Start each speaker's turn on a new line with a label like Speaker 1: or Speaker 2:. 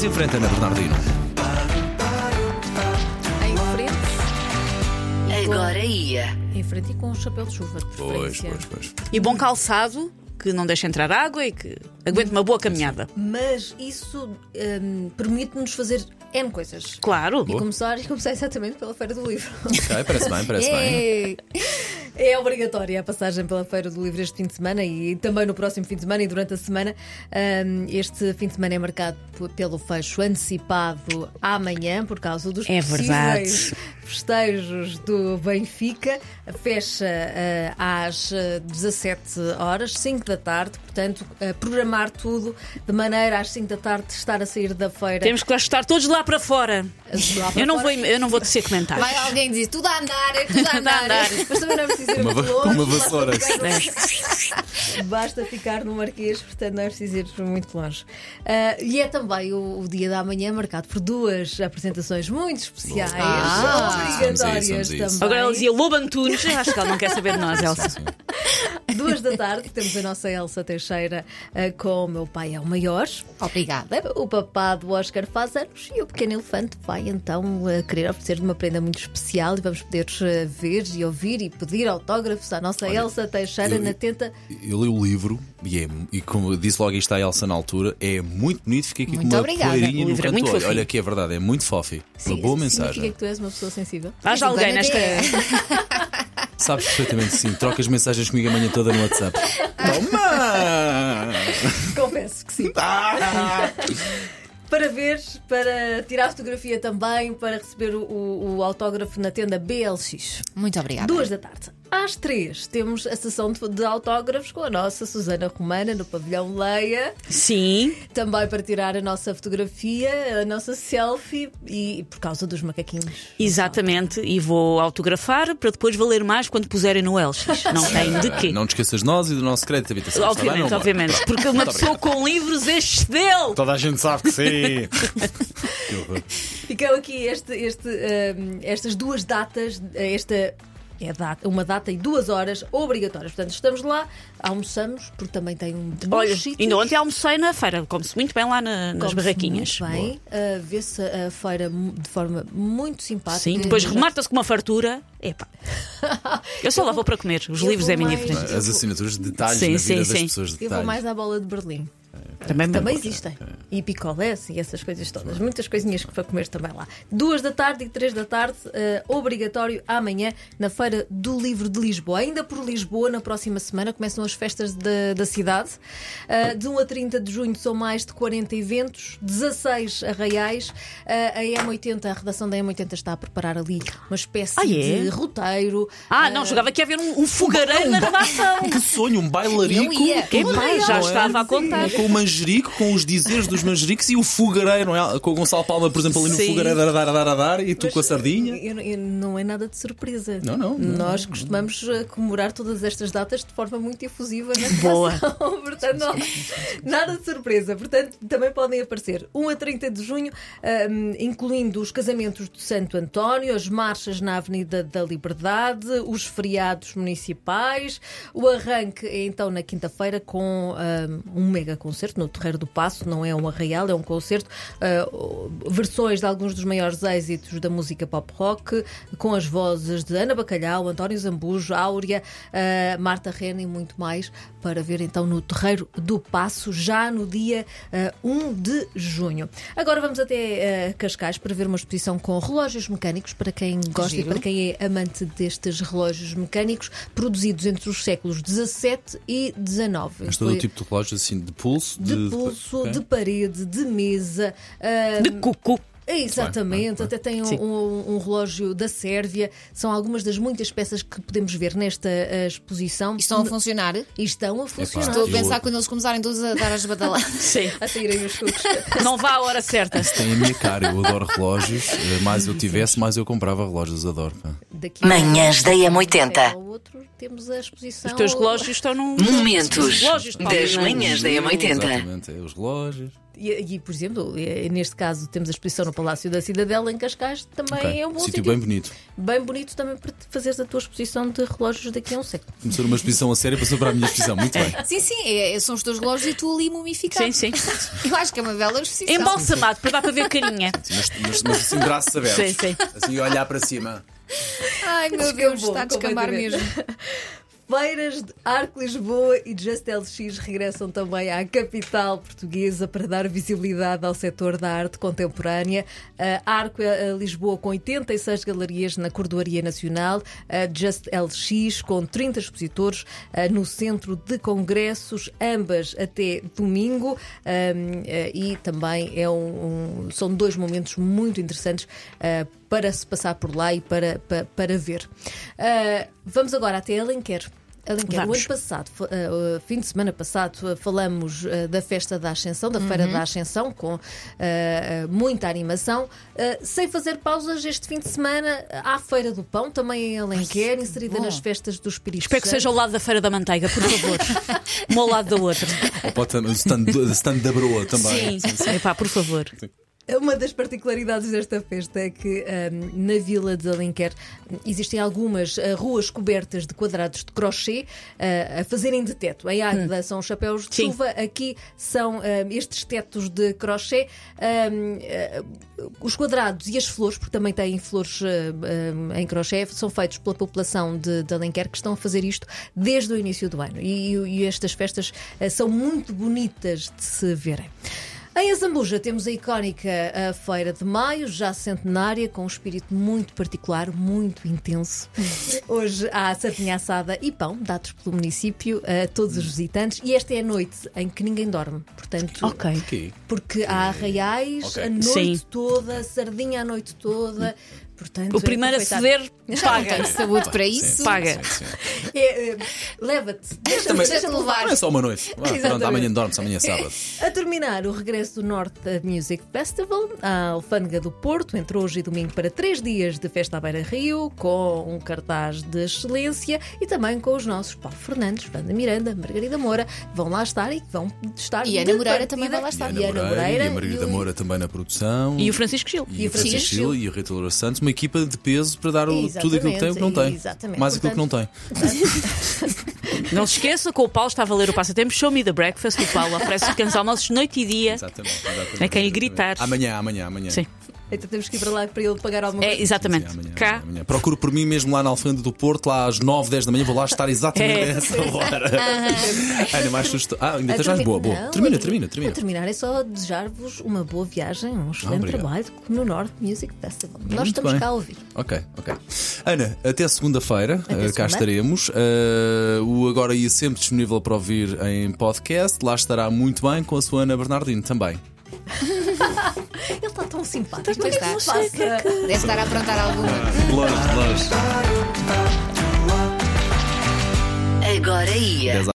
Speaker 1: Em frente, Ana Bernardino.
Speaker 2: Em frente,
Speaker 3: Agora ia.
Speaker 2: em frente e com um chapéu de chuva de
Speaker 1: Pois,
Speaker 2: preferência.
Speaker 1: pois, pois.
Speaker 4: E bom calçado, que não deixa entrar água e que aguente uma boa caminhada.
Speaker 5: Mas isso hum, permite-nos fazer N coisas.
Speaker 4: Claro.
Speaker 5: E começar, e começar exatamente pela Feira do Livro.
Speaker 1: Ok, parece bem, parece bem.
Speaker 5: É, é obrigatória a passagem pela Feira do Livro este fim de semana e também no próximo fim de semana e durante a semana. Hum, este fim de semana é marcado p- pelo fecho antecipado amanhã por causa dos
Speaker 4: É verdade.
Speaker 5: possíveis festejos do Benfica. Fecha ah, às ah, 17 horas, 5 da tarde, portanto, ah, programar tudo de maneira às 5 da tarde estar a sair da feira.
Speaker 4: Temos que lá estar todos lá para fora.
Speaker 5: Lá para
Speaker 4: Eu não vou,
Speaker 5: fora.
Speaker 4: eu não vou tecer comentários.
Speaker 5: Vai alguém dizer tudo a andar, é tudo a
Speaker 4: Tudo a
Speaker 5: andar.
Speaker 4: andar.
Speaker 5: Mas também não é preciso ir
Speaker 1: Uma
Speaker 5: muito
Speaker 1: va-
Speaker 5: longe.
Speaker 1: uma vassoura.
Speaker 5: Basta ficar no Marquês, portanto não é preciso ir muito longe. Ah, e é também o, o dia da manhã marcado por duas apresentações muito especiais,
Speaker 1: Ah, vamos a isso,
Speaker 5: obrigatórias
Speaker 1: vamos a isso.
Speaker 5: também.
Speaker 4: Agora ela dizia Lobo Antunes. Eu acho que ela não quer saber de nós, Elsa.
Speaker 5: Duas da tarde temos a nossa Elsa Teixeira ah, com o meu pai é o maior.
Speaker 2: Obrigada.
Speaker 5: O papá do Oscar faz anos e o pequeno elefante vai então eh, querer oferecer-lhe uma prenda muito especial e vamos poder eh, ver e ouvir e pedir autógrafos à nossa Elsa Teixeira
Speaker 1: eu-
Speaker 5: na tenta.
Speaker 1: Eu li o livro e, é, e como eu disse logo isto à Elsa na altura, é muito bonito. Fiquei aqui
Speaker 2: Muito
Speaker 1: com uma
Speaker 2: obrigada.
Speaker 1: poeirinha
Speaker 4: O
Speaker 1: no
Speaker 4: livro é
Speaker 1: canto
Speaker 4: muito
Speaker 1: do olho.
Speaker 4: fofinho.
Speaker 1: Olha que é verdade, é muito fofi. Uma boa
Speaker 5: Significa
Speaker 1: mensagem.
Speaker 5: que tu és uma pessoa sensível.
Speaker 4: Haja
Speaker 2: é
Speaker 4: alguém nesta.
Speaker 1: Sabes perfeitamente sim. Trocas mensagens comigo a manhã toda no WhatsApp. Toma!
Speaker 5: Confesso que sim.
Speaker 1: Ah!
Speaker 5: Para ver, para tirar fotografia também, para receber o- o- o autógrafo na tenda BLX.
Speaker 2: Muito obrigada.
Speaker 5: Duas da tarde. Às três, temos a sessão de, de autógrafos com a nossa Susana Romana no pavilhão Leia.
Speaker 4: Sim.
Speaker 5: Também para tirar a nossa fotografia, a nossa selfie e, e por causa dos macaquinhos.
Speaker 4: Exatamente, e vou autografar para depois valer mais quando puserem no LX. Não tem de quê?
Speaker 1: Não te esqueças de nós e do nosso crédito de habitação. está bem,
Speaker 4: obviamente,
Speaker 1: não, amor?
Speaker 4: obviamente. Porque uma
Speaker 1: Muito
Speaker 4: pessoa com livros este dele.
Speaker 1: Toda a gente sabe que sim. que horror.
Speaker 5: Ficam aqui este, este, hum, estas duas datas, esta. É data, uma data e duas horas obrigatórias. Portanto, estamos lá, almoçamos, porque também tem um.
Speaker 4: Olha,
Speaker 5: bons
Speaker 4: ainda
Speaker 5: sítios.
Speaker 4: ontem almocei na feira, come-se muito bem lá na- nas
Speaker 5: Come-se
Speaker 4: barraquinhas.
Speaker 5: muito Bem, uh, vê-se a feira mu- de forma muito simpática.
Speaker 4: Sim, depois remata-se com uma fartura. Epá. Eu só lá vou para comer. Os
Speaker 5: eu
Speaker 4: livros
Speaker 5: vou
Speaker 4: é a minha
Speaker 5: mais-
Speaker 4: frente.
Speaker 1: As assinaturas, detalhes
Speaker 4: Sim,
Speaker 1: na vida
Speaker 4: sim,
Speaker 1: das
Speaker 4: sim.
Speaker 1: pessoas,
Speaker 5: Eu
Speaker 1: detalhes.
Speaker 5: vou mais à bola de Berlim.
Speaker 4: Também,
Speaker 5: Também existem. E picolés e essas coisas todas. Muitas coisinhas que para comer também lá. Duas da tarde e três da tarde, eh, obrigatório amanhã, na Feira do Livro de Lisboa. Ainda por Lisboa, na próxima semana, começam as festas da, da cidade. Eh, de 1 a 30 de junho são mais de 40 eventos, 16 arraiais. Eh, a M80, a redação da M80 está a preparar ali uma espécie
Speaker 4: Ah, é?
Speaker 5: de roteiro. eh,
Speaker 4: Ah, não, jogava que ia haver um, um fogareiro na redação.
Speaker 1: Que sonho, um bailarico.
Speaker 2: Eu ia.
Speaker 4: Que pai, já
Speaker 1: Não é?
Speaker 4: estava a contar.
Speaker 1: Com o manjerico, com os dizeres dos manjericos e o fogareiro, não é? Com o Gonçalo Palma, por exemplo, ali no
Speaker 4: Sim.
Speaker 1: fogareiro, a dar, a dar, a dar, e tu com a sardinha.
Speaker 5: Eu- eu- não é nada de surpresa.
Speaker 1: Não, não, não.
Speaker 5: Nós costumamos eh, comemorar todas estas datas de forma muito efusiva na
Speaker 4: Boa.
Speaker 5: redação. Portanto, não- nada de surpresa. Portanto, também podem aparecer 1 a 30 de junho, ahm, incluindo os casamentos de Santo António, as marchas na Avenida da Liberdade, os feriados municipais. O arranque é então na quinta-feira com ahm, um mega concerto no Terreiro do Passo. Não é um arraial, é um concerto. ah, versões de alguns dos maiores êxitos da música pop rock, com as vozes de Ana Bacalhau, António Zambujo, Áurea, eh, Marta Rena e muito mais, para ver então no Terreiro do Passo, já no dia eh, 1 de junho. Agora vamos até eh, Cascais para ver uma exposição com relógios mecânicos, para quem gosta e
Speaker 2: Giro.
Speaker 5: para quem é amante destes relógios mecânicos, produzidos entre os séculos 17 e 19.
Speaker 1: Mas todo o tipo de relógios assim, de pulso,
Speaker 5: de pulso,
Speaker 1: ok.
Speaker 5: de parede, de mesa, eh,
Speaker 4: De cucu.
Speaker 5: Exatamente, até tem
Speaker 4: Sim.
Speaker 5: um, um- um relógio da Sérvia. São algumas das muitas peças que podemos ver nesta eh, exposição.
Speaker 2: E Estão a funcionar?
Speaker 5: E estão a funcionar.
Speaker 2: Estou a
Speaker 1: Eu-
Speaker 2: pensar quando eles começarem todos a dar as badaladas.
Speaker 4: Sim.
Speaker 5: A saírem os cucos.
Speaker 4: Não vá à hora certa.
Speaker 1: Tem a minha cara, eu adoro relógios. Eh, Mais eu tivesse, mais eu comprava relógios, adoro. pá.
Speaker 5: Daqui
Speaker 3: Manhãs da
Speaker 5: até
Speaker 3: M80.
Speaker 5: ao outro temos a exposição.
Speaker 4: Os teus relógios estão num.
Speaker 3: Momentos
Speaker 4: Os relógios de
Speaker 3: das
Speaker 4: Paulo Fernandes.
Speaker 3: manhãs da M80.
Speaker 1: Exatamente, é os relógios.
Speaker 5: E E, e, por exemplo, eh, neste caso temos a exposição no Palácio da Cidadela, em Cascais, também
Speaker 1: Ok.
Speaker 5: é um bom
Speaker 1: Sítio
Speaker 5: sítio.
Speaker 1: bem bonito.
Speaker 5: Bem bonito também para te fazeres a tua exposição de relógios daqui a um século.
Speaker 1: Começou numa exposição a sério, passou para a minha exposição. Muito bem.
Speaker 2: Sim, sim, é- são os teus relógios e tu ali mumificado.
Speaker 4: Sim, sim.
Speaker 2: Eu acho que é uma bela exposição.
Speaker 4: Embalsamado, para dar para ver um carinha.
Speaker 1: Mas, mas- mas assim, braços abertos.
Speaker 4: Sim, sim.
Speaker 1: Assim, olhar para cima.
Speaker 2: Ai meu
Speaker 5: Descambou,
Speaker 2: Deus, está a descambar
Speaker 5: é completamente.
Speaker 2: mesmo.
Speaker 5: Feiras de Arco Lisboa e de Just LX regressam também à capital portuguesa para dar visibilidade ao setor da arte contemporânea. A Arco eh, Lisboa com 86 galerias na Cordoaria Nacional, a Just LX com 30 expositores eh, no Centro de Congressos, ambas até domingo. Ahm, eh, E também é um- um- são dois momentos muito interessantes eh, para se passar por lá e para, para, para ver. Ah, vamos agora até Alenquer. Alenquer, o
Speaker 4: Vamos.
Speaker 5: ano passado, fa- ah, ah, fim de semana passado, ah, falamos ah, da festa da Ascensão, da Feira
Speaker 4: Uhum.
Speaker 5: da Ascensão, com ah, ah, muita animação. Ah, sem fazer pausas, este fim de semana há a Feira do Pão, também em Alenquer, inserida
Speaker 2: bom.
Speaker 5: nas festas do Espírito
Speaker 4: Espero que
Speaker 5: Santo.
Speaker 4: seja ao lado da Feira da Manteiga, por favor. Um ao lado da outra.
Speaker 1: Ou pode também- o stand, o stand da broa também.
Speaker 4: Sim, Epá, por favor.
Speaker 5: Uma das particularidades desta festa é que hum, na vila de Alenquer hum, existem algumas ah, ruas cobertas de quadrados de crochê ah, a fazerem de teto. Em Águeda são os chapéus de
Speaker 4: Sim.
Speaker 5: chuva, aqui são hum, estes tetos de crochê. Hum, ah, os quadrados e as flores, porque também têm flores ah, hum, em crochê, são feitos pela população de, de Alenquer que estão a fazer isto desde o início do ano. E, e estas festas ah, são muito bonitas de se verem. Em Azambuja temos a icónica eh, Feira de Maio, já centenária, com um espírito muito particular, muito intenso. Hoje há sardinha assada e pão, dados pelo município a todos os visitantes. E esta é a noite em que ninguém dorme, portanto...
Speaker 4: Ok.
Speaker 1: Aqui.
Speaker 5: Porque há arraiais
Speaker 1: Ok.
Speaker 5: a noite
Speaker 4: Sim.
Speaker 5: toda, sardinha a noite toda, portanto... é
Speaker 4: O primeiro a
Speaker 5: aproveitar.
Speaker 4: ceder paga.
Speaker 2: Tenho saúde para isso.
Speaker 4: Paga.
Speaker 1: Sim, sim.
Speaker 5: É, eh, Leva-te, deixa-te
Speaker 1: Também-
Speaker 5: deixa-te levar.
Speaker 1: Não é só uma noite. Vá, pronto,
Speaker 5: Exatamente.
Speaker 1: amanhã dorme-se, amanhã é sábado.
Speaker 5: A terminar, o regresso do Norte Music Festival à Alfândega do Porto, entre hoje e domingo, para três dias de festa à Beira Rio, com um cartaz de excelência e também com os nossos Paulo Fernandes, Wanda Miranda, Margarida Moura, que vão lá estar e que vão estar.
Speaker 2: E
Speaker 5: de
Speaker 2: Ana Moreira
Speaker 5: partida.
Speaker 2: também vai lá estar.
Speaker 5: E Ana
Speaker 1: e a
Speaker 5: Moreira.
Speaker 1: Margarida
Speaker 5: e o-
Speaker 1: Moura também na produção.
Speaker 4: E o Francisco Gil.
Speaker 1: E
Speaker 5: E
Speaker 1: o Francisco
Speaker 2: Francisco
Speaker 1: Gil e o Rita Loura Santos, uma equipa de peso para dar o- tudo aquilo que tem e o que não tem.
Speaker 5: Exatamente,
Speaker 1: Mais aquilo que não tem.
Speaker 4: Não se esqueça que o Paulo está a valer o passatempo. Show me the breakfast. O Paulo oferece pequenos almoços noite e dia.
Speaker 1: Exatamente. exatamente
Speaker 4: É quem lhe
Speaker 1: exatamente.
Speaker 4: gritar.
Speaker 1: Amanhã, amanhã, amanhã.
Speaker 4: Sim.
Speaker 5: Então temos que ir para lá para ele pagar alguma
Speaker 4: É,
Speaker 5: coisa.
Speaker 4: exatamente.
Speaker 1: Sim, amanhã,
Speaker 4: Cá.
Speaker 1: amanhã, amanhã. Procuro por mim mesmo lá na Alfândega do Porto, lá às 9, 10 da manhã, vou lá estar exatamente a
Speaker 4: É.
Speaker 1: essa hora. Ana, mais sugestão. Ah, ainda tens mais
Speaker 5: termi-
Speaker 1: boa, boa.
Speaker 5: Não,
Speaker 1: termina,
Speaker 5: a-
Speaker 1: termina,
Speaker 5: A
Speaker 1: termina.
Speaker 5: terminar é só desejar-vos uma boa viagem, um excelente
Speaker 1: obrigado.
Speaker 5: trabalho no Norte Music Festival. Nós
Speaker 1: Muito
Speaker 5: estamos
Speaker 1: bem.
Speaker 5: cá a ouvir.
Speaker 1: Ok, ok. Ana, até segunda-feira, eh, cá
Speaker 5: segunda.
Speaker 1: estaremos. Eh, o Agora ia sempre disponível para ouvir em podcast. Lá estará muito bem com a sua Ana Bernardino também.
Speaker 5: Ele está tão simpático. é.
Speaker 2: Pois está. Deve estar a aprontar alguma.
Speaker 1: Longe, longe.
Speaker 3: Agora ia.